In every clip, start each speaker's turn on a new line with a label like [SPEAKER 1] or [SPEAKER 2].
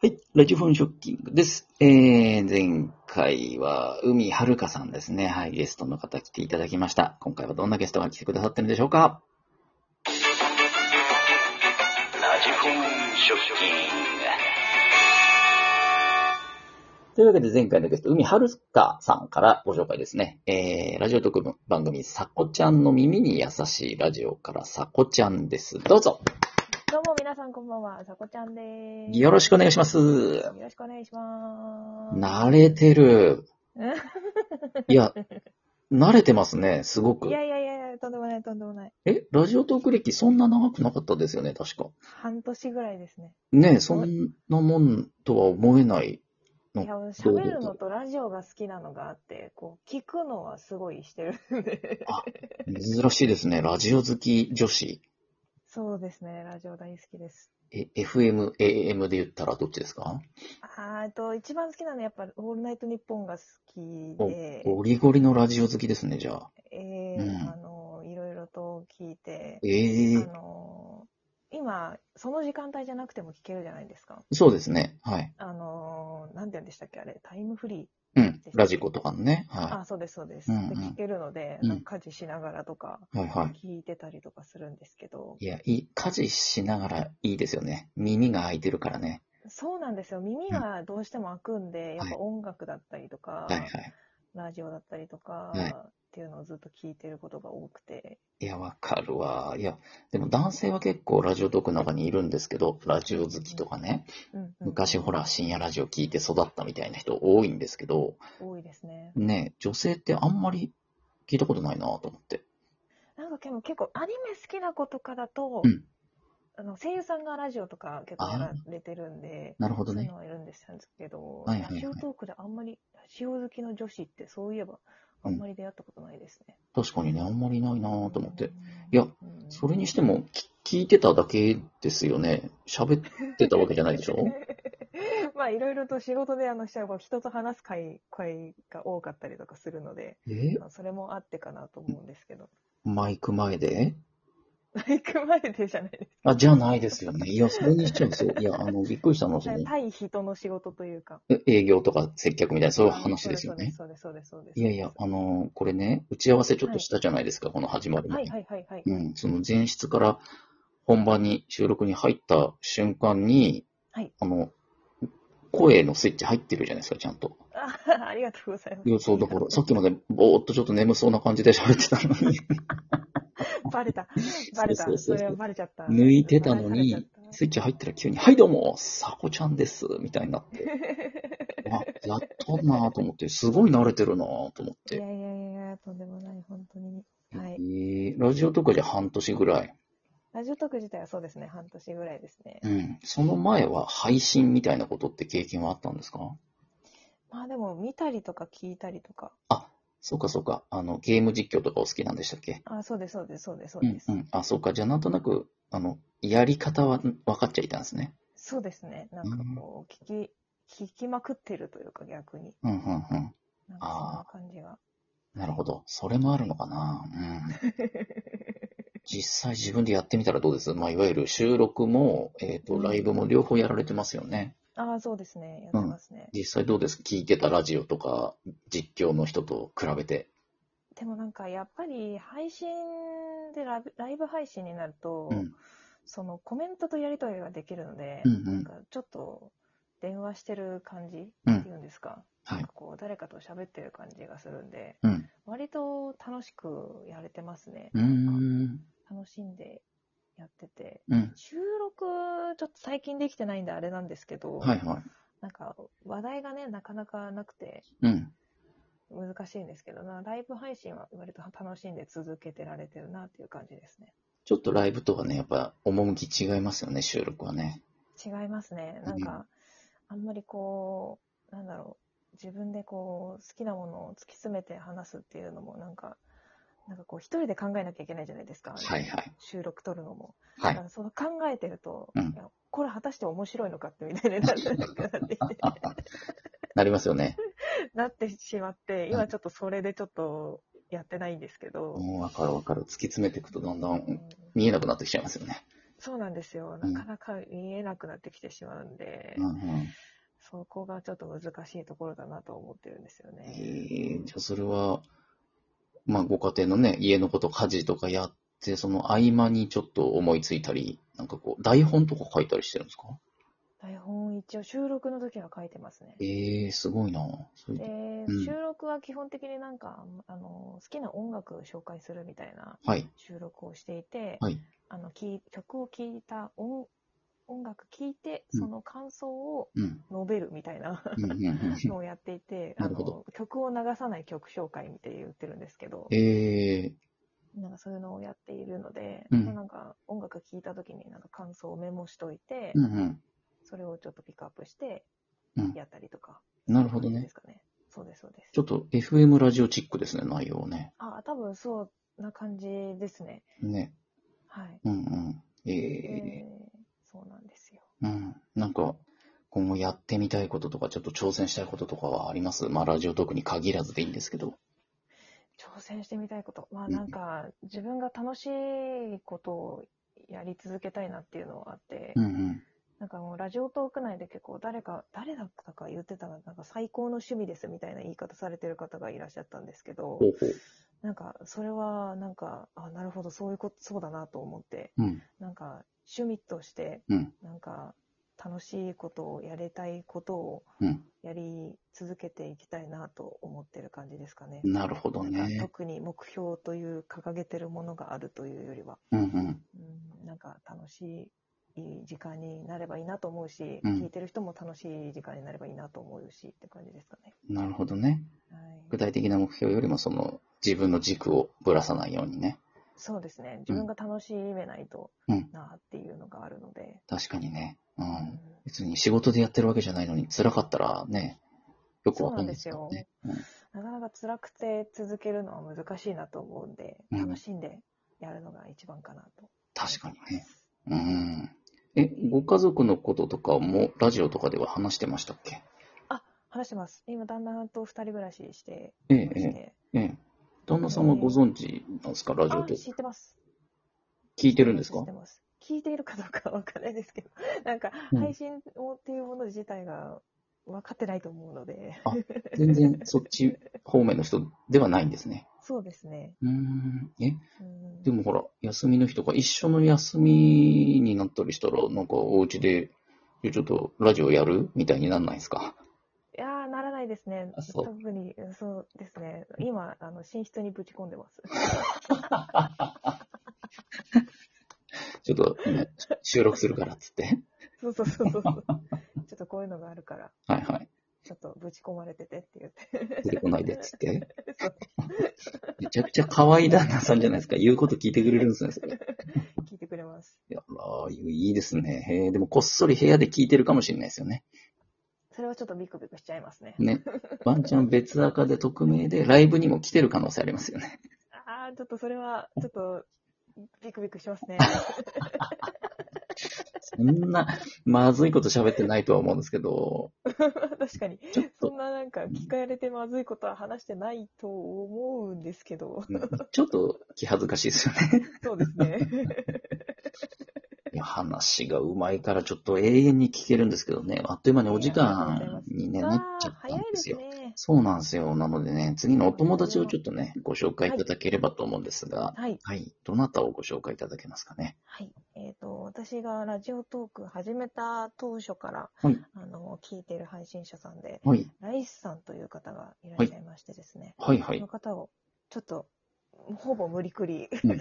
[SPEAKER 1] はい。ラジオフォンショッキングです。えー、前回は、海はるかさんですね。はい。ゲストの方来ていただきました。今回はどんなゲストが来てくださってるんでしょうか
[SPEAKER 2] ラジコンショッキング。
[SPEAKER 1] というわけで前回のゲスト、海はるかさんからご紹介ですね。えー、ラジオ特番組、さこちゃんの耳に優しいラジオからさこちゃんです。どうぞ
[SPEAKER 3] どうも皆さんこんばんは、さこちゃんです。
[SPEAKER 1] よろしくお願いします
[SPEAKER 3] よろしくお願いします。
[SPEAKER 1] 慣れてる。いや、慣れてますね、すご
[SPEAKER 3] い
[SPEAKER 1] く。
[SPEAKER 3] やいやいや、とんでもないとんでもない。
[SPEAKER 1] え、ラジオトーク歴そんな長くなかったですよね、確か。
[SPEAKER 3] 半年ぐらいですね。
[SPEAKER 1] ねえ、そんなもんとは思えない。うん
[SPEAKER 3] いや、喋るのとラジオが好きなのがあって、こう、聞くのはすごいしてるんで。
[SPEAKER 1] 珍しいですね。ラジオ好き女子。
[SPEAKER 3] そうですね、ラジオ大好きです。
[SPEAKER 1] え、FM、AM で言ったらどっちですか
[SPEAKER 3] あーえっと、一番好きなのはやっぱ、オールナイトニッポンが好きで、
[SPEAKER 1] ゴリゴリのラジオ好きですね、じゃあ。
[SPEAKER 3] え
[SPEAKER 1] うん
[SPEAKER 3] ー、あの、いろいろと聞いて、
[SPEAKER 1] ええ
[SPEAKER 3] あの、今、その時間帯じゃなくても聞けるじゃないですか。
[SPEAKER 1] そうですね。はい。
[SPEAKER 3] あのー、なんて言うんでしたっけあれ、タイムフリー。
[SPEAKER 1] うん。ラジコとかのね。は
[SPEAKER 3] あ、そうです、そうです。
[SPEAKER 1] うんうん
[SPEAKER 3] で聞けるので、
[SPEAKER 1] うん
[SPEAKER 3] なんか家事しながらとか、
[SPEAKER 1] い。はいはい。
[SPEAKER 3] 聞いてたりとかするんですけど、
[SPEAKER 1] いや、いい、家事しながらいいですよね。耳が開いてるからね。
[SPEAKER 3] そうなんですよ。耳がどうしても開くんで、やっ
[SPEAKER 1] はい
[SPEAKER 3] ぱ音楽だったりとか、
[SPEAKER 1] はいはい。
[SPEAKER 3] ラジオだったりとか、
[SPEAKER 1] はい
[SPEAKER 3] っていうのをずっと聞いてることが多くて、
[SPEAKER 1] いや、わかるわ。いや、でも男性は結構ラジオトークの中にいるんですけど、ラジオ好きとかね。
[SPEAKER 3] うんうん
[SPEAKER 1] 昔ほら、深夜ラジオ聞いて育ったみたいな人多いんですけど、
[SPEAKER 3] 多いですね。
[SPEAKER 1] ね、女性ってあんまり聞いたことないなと思って。
[SPEAKER 3] なんかでも結構アニメ好きな子とかだと、
[SPEAKER 1] うん
[SPEAKER 3] あの声優さんがラジオとか結構やられてるんで、
[SPEAKER 1] なるほど
[SPEAKER 3] そういう
[SPEAKER 1] ね
[SPEAKER 3] の。はいるんですけど、
[SPEAKER 1] はいはいはい
[SPEAKER 3] ラジオトークであんまり、ラジオ好きの女子ってそういえば、あんまり出会ったことないですね。
[SPEAKER 1] 確かにね、あんまりいないなと思っ
[SPEAKER 3] う
[SPEAKER 1] て
[SPEAKER 3] ん。。
[SPEAKER 1] いや
[SPEAKER 3] うん
[SPEAKER 1] それにしても、き聞いてただけですよね。喋ってたわけじゃないでしょ
[SPEAKER 3] まあ、いろいろと仕事で、あの、しちゃうこう人と話す会、会が多かったりとかするので、
[SPEAKER 1] え
[SPEAKER 3] まあそれもあってかなと思うんですけど。
[SPEAKER 1] マイク前で
[SPEAKER 3] 行くまででじゃないです
[SPEAKER 1] あ、じゃないですよね。いや、それにしてもそう。いや、あの、びっくりしたのは、そ
[SPEAKER 3] か
[SPEAKER 1] の、
[SPEAKER 3] 対人の仕事というか。
[SPEAKER 1] 営業とか接客みたいな、そういう話ですよね。
[SPEAKER 3] そうです、そうです、そうです。
[SPEAKER 1] いやいや、あの、これね、打ち合わせちょっとしたじゃないですか、この始まる
[SPEAKER 3] は
[SPEAKER 1] 前
[SPEAKER 3] い、はい、はい、はい。
[SPEAKER 1] うん、その前室から本番に収録に入った瞬間に、
[SPEAKER 3] はい
[SPEAKER 1] あの、声のスイッチ入ってるじゃないですか、ちゃんと。
[SPEAKER 3] あありがとうございます。
[SPEAKER 1] いやそうだから、さっきまでぼーっとちょっと眠そうな感じで喋ってたのに、
[SPEAKER 3] バレた。バレた。
[SPEAKER 1] そうそうそうそう
[SPEAKER 3] それはバレちゃった。
[SPEAKER 1] 抜いてたのに
[SPEAKER 3] バレされちゃった
[SPEAKER 1] スイッチ入ったら急に、はいどうも、さこちゃんです、みたいにな って、あ、やっとんなと思って、すごい慣れてるなと思っ
[SPEAKER 3] い
[SPEAKER 1] て。
[SPEAKER 3] やいやいやいや、とんでもない、本当に。はい。
[SPEAKER 1] えーラジオとかで半年ぐらい。
[SPEAKER 3] ラジオトーク自体はそうですね、半年ぐらいですね。
[SPEAKER 1] うん。その前は配信みたいなことって経験はあったんですか
[SPEAKER 3] まあでも、見たりとか聞いたりとか。
[SPEAKER 1] そうかそうか。あの、ゲーム実況とかお好きなんでしたっけ
[SPEAKER 3] あ、そうです、そうです、そうです、そう
[SPEAKER 1] う
[SPEAKER 3] で
[SPEAKER 1] ん
[SPEAKER 3] す。
[SPEAKER 1] うん。あ、そうか。じゃあ、なんとなく、あの、やり方は分かっちゃいたんですね。
[SPEAKER 3] そうですね、なんかこう、聞き、聞きまくってるというか、逆に。
[SPEAKER 1] うん、うん、うん。
[SPEAKER 3] なんかそんな感じが。
[SPEAKER 1] なるほど。それもあるのかな。うん。実際自分でやってみたらどうですまあ、いわゆる収録も、えっ、と、ライブも両方やられてますよね。
[SPEAKER 3] ああ、そうですね、やってますね。
[SPEAKER 1] 実際どうです聞いてたラジオとか、実況の人と比べて。
[SPEAKER 3] でもなんか、やっぱり、配信でラブ、ライブ配信になると、
[SPEAKER 1] うん
[SPEAKER 3] そのコメントとやり取りができるので、
[SPEAKER 1] うんうん
[SPEAKER 3] なんかちょっと電話してる感じ
[SPEAKER 1] うん
[SPEAKER 3] っていうんですか、
[SPEAKER 1] はい
[SPEAKER 3] なんかこう誰かと喋ってる感じがするんで、
[SPEAKER 1] うん
[SPEAKER 3] 割と楽しくやれてますね。
[SPEAKER 1] うー
[SPEAKER 3] なんか
[SPEAKER 1] ん。
[SPEAKER 3] 楽しんでやってて。
[SPEAKER 1] うん。
[SPEAKER 3] 収録、ちょっと最近できてないんであれなんですけど、
[SPEAKER 1] はいはい。
[SPEAKER 3] なんか話題がね、なかなかなくて
[SPEAKER 1] うん。
[SPEAKER 3] 難しいんですけどな、ライブ配信は割と楽しんで続けてられてるなっていう感じですね。
[SPEAKER 1] ちょっとライブとはね、やっぱ、趣違いますよね、収録はね。
[SPEAKER 3] 違いますね。なんか、あんまりこう、なんだろう、自分でこう、好きなものを突き詰めて話すっていうのも、なんか、なんかこう、一人で考えなきゃいけないじゃないですか。
[SPEAKER 1] はいはい。
[SPEAKER 3] 収録撮るのも。
[SPEAKER 1] は
[SPEAKER 3] だか
[SPEAKER 1] い。
[SPEAKER 3] らその考えてると、
[SPEAKER 1] うん
[SPEAKER 3] いやこれ果たして面白いのかってみたいになって
[SPEAKER 1] ああなりますよね。
[SPEAKER 3] なってしまって、今ちょっとそれでちょっとやってないんですけど、
[SPEAKER 1] もう分かる分かる。突き詰めていくとだんだ
[SPEAKER 3] うん
[SPEAKER 1] ん見えなくなってきちゃいますよね。
[SPEAKER 3] そうなんですよ。
[SPEAKER 1] うん
[SPEAKER 3] なかなか見えなくなってきてしまうんで、
[SPEAKER 1] うんうん
[SPEAKER 3] そこがちょっと難しいところだなと思ってるんですよね。
[SPEAKER 1] えーじゃあそれは、まあご家庭のね、家のこと、家事とかやって、その合間にちょっと思いついたり、なんかこう、台本とか書いたりしてるんですか
[SPEAKER 3] 台本一応収録の時は書いてますね。
[SPEAKER 1] ええすごいな。そういう
[SPEAKER 3] で
[SPEAKER 1] うん、
[SPEAKER 3] 収録は基本的になんか、あの、好きな音楽を紹介するみたいな
[SPEAKER 1] はい、
[SPEAKER 3] 収録をしていて、
[SPEAKER 1] はい。
[SPEAKER 3] あの、き曲を聴いた音、音楽聴いて、
[SPEAKER 1] うん
[SPEAKER 3] その感想を
[SPEAKER 1] うん。
[SPEAKER 3] 述べるみたいな
[SPEAKER 1] うんうんうん
[SPEAKER 3] のをやっていて、
[SPEAKER 1] な
[SPEAKER 3] あ
[SPEAKER 1] るほど
[SPEAKER 3] の、曲を流さない曲紹介って言ってるんですけど、
[SPEAKER 1] ええ
[SPEAKER 3] なんかそういうのをやっているので、
[SPEAKER 1] うん
[SPEAKER 3] まあなんか音楽聴いた時になんか感想をメモしといて、
[SPEAKER 1] うんうん。
[SPEAKER 3] それをちょっとピックアップして
[SPEAKER 1] うん
[SPEAKER 3] やったりとか、
[SPEAKER 1] なるほど
[SPEAKER 3] そう
[SPEAKER 1] ね
[SPEAKER 3] いう感じで。すかね。そうです、そうです。
[SPEAKER 1] ちょっと FM ラジオチックですね、内容ね。
[SPEAKER 3] あ、多分そうな感じですね。
[SPEAKER 1] ね。
[SPEAKER 3] はい。
[SPEAKER 1] うんうん。え
[SPEAKER 3] え
[SPEAKER 1] え
[SPEAKER 3] そうなんですよ。
[SPEAKER 1] うん。なんか、今後やってみたいこととか、ちょっと挑戦したいこととかはありますまあラジオ特に限らずでいいんですけど。
[SPEAKER 3] 挑戦してみたいこと。まあ
[SPEAKER 1] うん
[SPEAKER 3] なんか、自分が楽しいことをやり続けたいなっていうのはあって、
[SPEAKER 1] うんうん。
[SPEAKER 3] なんかもうラジオトーク内で結構誰か、誰だったか言ってたら、なんか最高の趣味ですみたいな言い方されてる方がいらっしゃったんですけど、
[SPEAKER 1] ほうほう。
[SPEAKER 3] なんか、それは、なんか、あ、なるほど、そういうこと、そうだなと思って、
[SPEAKER 1] うん。
[SPEAKER 3] なんか、趣味として、
[SPEAKER 1] うん
[SPEAKER 3] なんか、楽しいことをやりたいことを
[SPEAKER 1] うん
[SPEAKER 3] やり続けていきたいなと思ってる感じですかね。
[SPEAKER 1] なるほど
[SPEAKER 3] なんか
[SPEAKER 1] ね。
[SPEAKER 3] 特に目標という掲げてるものがあるというよりは、
[SPEAKER 1] うんうん。
[SPEAKER 3] うん、なんか楽しい時間になればいいなと思うし、
[SPEAKER 1] うん
[SPEAKER 3] 聞いてる人も楽しい時間になればいいなと思うしって感じですかね。
[SPEAKER 1] なるほどね。
[SPEAKER 3] はい
[SPEAKER 1] 具、体的な目標よりも、その、自分の軸をぶらさないようにね。
[SPEAKER 3] そうですね。自分が楽しめないと
[SPEAKER 1] うん
[SPEAKER 3] なっていうのがあるので、
[SPEAKER 1] 確かにね。う
[SPEAKER 3] うん
[SPEAKER 1] ん。別に仕事でやってるわけじゃないのに、辛かったらね、よくわかんないですよね。うん
[SPEAKER 3] なかなか辛くて続けるのは難しいなと思うんで、
[SPEAKER 1] うん
[SPEAKER 3] 楽しんでやるのが一番かなと。
[SPEAKER 1] 確かにね。うん。え、ご家族のこととかも、ラジオとかでは話してましたっけ
[SPEAKER 3] 話してます。今、旦那と二人暮らしして
[SPEAKER 1] え
[SPEAKER 3] ま
[SPEAKER 1] え、え
[SPEAKER 3] し
[SPEAKER 1] え、
[SPEAKER 3] て、
[SPEAKER 1] ええ。旦那さんはご存知なんですかラジオ
[SPEAKER 3] あ、
[SPEAKER 1] と
[SPEAKER 3] 知ってます。
[SPEAKER 1] 聞いてるんですか
[SPEAKER 3] 知ってます。聞いているかどうかわかんないで すけど、なんか
[SPEAKER 1] うん、
[SPEAKER 3] 配信をっていうもの自体が分かってないと思うので、
[SPEAKER 1] 全然そっち方面の人ではないんですね。
[SPEAKER 3] そうですね。
[SPEAKER 1] うん。え、
[SPEAKER 3] うん
[SPEAKER 1] でもほら、休みの日とか、一緒の休みになったりしたら、なんかお家で、いやちょっとラジオやるみたいになんないですか
[SPEAKER 3] いやー、ならないですね
[SPEAKER 1] あ。そう
[SPEAKER 3] 特に、そうですね。今、あの、寝室にぶち込んでます。
[SPEAKER 1] ちょっと今、収録するからっつって。
[SPEAKER 3] そうそうそ うそうそう。ちょっとこういうのがあるから、
[SPEAKER 1] はいはい。
[SPEAKER 3] ちょっとぶち込まれててって言って。
[SPEAKER 1] 出てこないでっつって。
[SPEAKER 3] そう
[SPEAKER 1] めちゃくちゃ可愛い旦那さんじゃないですか。言うこと聞いてくれるんですね、それ。
[SPEAKER 3] 聞いてくれます。
[SPEAKER 1] いや、ああ、いいですね。へえ、でもこっそり部屋で聞いてるかもしれないですよね。
[SPEAKER 3] それはちょっとビクビクしちゃいますね。
[SPEAKER 1] ね。ワンチャン別垢で匿名でライブにも来てる可能性ありますよね。
[SPEAKER 3] ああ、ちょっとそれは、ちょっと、ビクビクし ますね。
[SPEAKER 1] そんな、まずいこと喋ってないとは思うんですけど、
[SPEAKER 3] 確かに。
[SPEAKER 1] ちょっ
[SPEAKER 3] そ
[SPEAKER 1] と、
[SPEAKER 3] んななんか、聞かれてまずいことは話してないと思うんですけど、
[SPEAKER 1] うんちょっと気恥ずかしいですよね。
[SPEAKER 3] そうです ね。
[SPEAKER 1] いや、話がうまいからちょっと永遠に聞けるんですけどね、あっという間にお時間に、ね、なっ
[SPEAKER 3] あ
[SPEAKER 1] ちゃ
[SPEAKER 3] あ、
[SPEAKER 1] った
[SPEAKER 3] 早
[SPEAKER 1] ん
[SPEAKER 3] い
[SPEAKER 1] で
[SPEAKER 3] ですす
[SPEAKER 1] よ。
[SPEAKER 3] ね。
[SPEAKER 1] そうなんですよ。なのでね、次のお友達をちょっとね、ご紹介いただければと思うんですが、
[SPEAKER 3] はい。
[SPEAKER 1] はい、どなたをご紹介いただけますかね。
[SPEAKER 3] はい。えっ、と、私がラジオトーク始めた当初から、
[SPEAKER 1] はい
[SPEAKER 3] あの、聞いている配信者さんで、
[SPEAKER 1] はい、
[SPEAKER 3] ライスさんという方がいらっしゃいましてですね、
[SPEAKER 1] はい、は
[SPEAKER 3] そ
[SPEAKER 1] い
[SPEAKER 3] の。方を、ちょっと、ほぼ無理くり
[SPEAKER 1] うん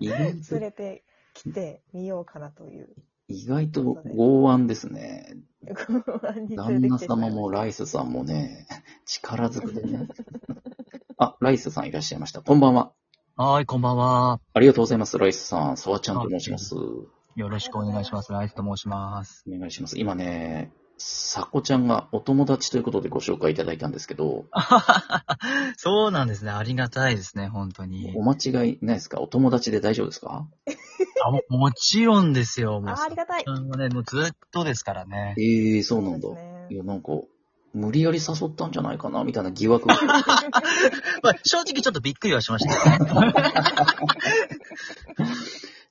[SPEAKER 1] 意外
[SPEAKER 3] 連
[SPEAKER 1] と、
[SPEAKER 3] れてきてみようかなという、
[SPEAKER 1] 意外と剛腕ですね。
[SPEAKER 3] ご案に連
[SPEAKER 1] 旦
[SPEAKER 3] れて
[SPEAKER 1] 那
[SPEAKER 3] きてしま
[SPEAKER 1] 様
[SPEAKER 3] いま
[SPEAKER 1] も
[SPEAKER 3] し
[SPEAKER 1] ライスさんもね、力ずくでね。 あ、ライスさんいらっしゃいました。こんばんは。
[SPEAKER 4] はーい、こんばんは。
[SPEAKER 1] ありがとうございます、ライスさん。沢ちゃんと申します。お
[SPEAKER 4] よろしくお願いします。ライスと申します。
[SPEAKER 1] 願いします。今ね、さこちゃんがお友達ということでご紹介いただいたんですけど、
[SPEAKER 4] そうなんですね。ありがたいですね、本当に
[SPEAKER 1] お。間違いないですかお友達で大丈夫ですか
[SPEAKER 4] あももちろんですよ、もう。
[SPEAKER 3] た。あー、ありがたい。
[SPEAKER 4] さんはね、もうずっとですからね
[SPEAKER 1] え。えー、そうなんだ。
[SPEAKER 3] そうですね
[SPEAKER 1] いや、なんか、無理やり誘ったんじゃないかな、みたいな疑惑も。
[SPEAKER 4] まあ、正直ちょっとびっくりはしましたけどね。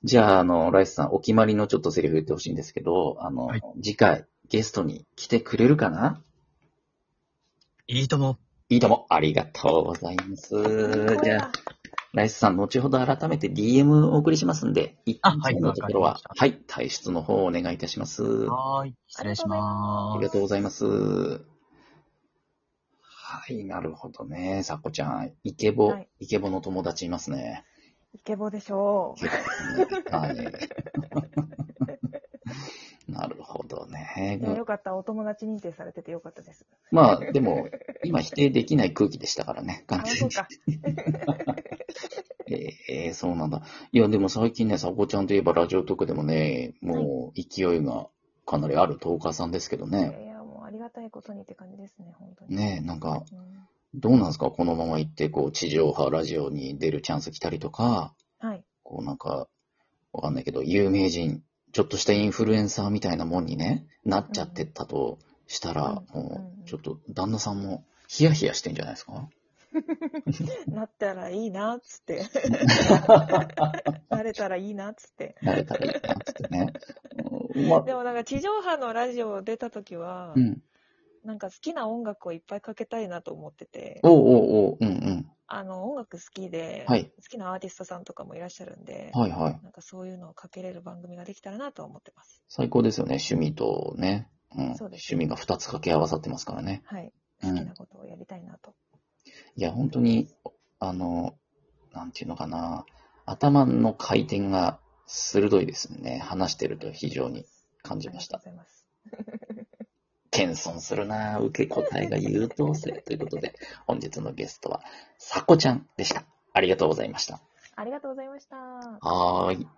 [SPEAKER 1] じゃあ、あの、ライスさん、お決まりのちょっとセリフ言ってほしいんですけど、あの、
[SPEAKER 4] はい
[SPEAKER 1] 次回、ゲストに来てくれるかない
[SPEAKER 4] いとも。
[SPEAKER 1] いいとも、ありがとうございます。じゃあ、ライスさん、後ほど改めて DM お送りしますんで、一
[SPEAKER 4] あ
[SPEAKER 1] 旦
[SPEAKER 4] はい
[SPEAKER 1] のところ
[SPEAKER 4] わ
[SPEAKER 1] は
[SPEAKER 4] かりま、
[SPEAKER 1] はい、退出の方をお願いいたします。あ
[SPEAKER 4] はーい。失礼しま
[SPEAKER 1] りが
[SPEAKER 4] す。
[SPEAKER 1] とうございます。はい、なるほどね。さっこちゃん、イケボ、
[SPEAKER 3] はい
[SPEAKER 1] イケボの友達いますね。
[SPEAKER 3] イケボでしょう。
[SPEAKER 1] はい。 なるほどね。
[SPEAKER 3] いやよかった。お友達認定されててよかったです。
[SPEAKER 1] まあ、でも、今否定できない空気でしたからね、
[SPEAKER 3] あ
[SPEAKER 1] 完、全
[SPEAKER 3] そう
[SPEAKER 1] に。
[SPEAKER 3] か。
[SPEAKER 1] えーそうなんだ。いや、でも最近ね、サボちゃんといえばラジオトークでもね、もう勢いがかなりあるトーカーさんですけどね。
[SPEAKER 3] いや、もうありがたいことにって感じですね、本当に。
[SPEAKER 1] ねえ、なんか、
[SPEAKER 3] うん
[SPEAKER 1] どうなんですかこのまま行って、こう、地上波ラジオに出るチャンス来たりとか、
[SPEAKER 3] はい。
[SPEAKER 1] こうなんか、わかんないけど、有名人、ちょっとしたインフルエンサーみたいなもんにね、なっちゃってったとしたら、
[SPEAKER 3] うん
[SPEAKER 1] も
[SPEAKER 3] うん
[SPEAKER 1] う、ちょっと旦那さんもヒヤヒヤしてんじゃないですか
[SPEAKER 3] なったらいいな、っつ って。なれたらいいな、っつって。
[SPEAKER 1] 慣れたらいいな、つって ね。うんまあ
[SPEAKER 3] でもなんか地上波のラジオ出た時は、
[SPEAKER 1] うん。
[SPEAKER 3] なんか好きな音楽をいっぱいかけたいなと思ってて、
[SPEAKER 1] おうおうおう、うんうん。
[SPEAKER 3] あの音楽好きで、
[SPEAKER 1] はい
[SPEAKER 3] 好きなアーティストさんとかもいらっしゃるんで、
[SPEAKER 1] はいはい。
[SPEAKER 3] なんかそういうのをかけれる番組ができたらなとは思ってます。
[SPEAKER 1] 最高ですよね、趣味とね。うん、
[SPEAKER 3] そうです
[SPEAKER 1] 趣味が2つ掛け合わさってますからね。
[SPEAKER 3] はい。
[SPEAKER 1] う
[SPEAKER 3] 好
[SPEAKER 1] ん
[SPEAKER 3] きなことをやりたいなと。
[SPEAKER 1] いや、本当に、あの、なんていうのかな、頭の回転が鋭いですね。話してると非常に感じ
[SPEAKER 3] あり
[SPEAKER 1] ま
[SPEAKER 3] が
[SPEAKER 1] し
[SPEAKER 3] とう
[SPEAKER 1] た
[SPEAKER 3] ご。ざいます。
[SPEAKER 1] 謙遜するなぁ受け答えが優等生ということで、本日のゲストは、さこちゃんでした。ありがとうございました。
[SPEAKER 3] ありがとうございました。
[SPEAKER 1] はーい。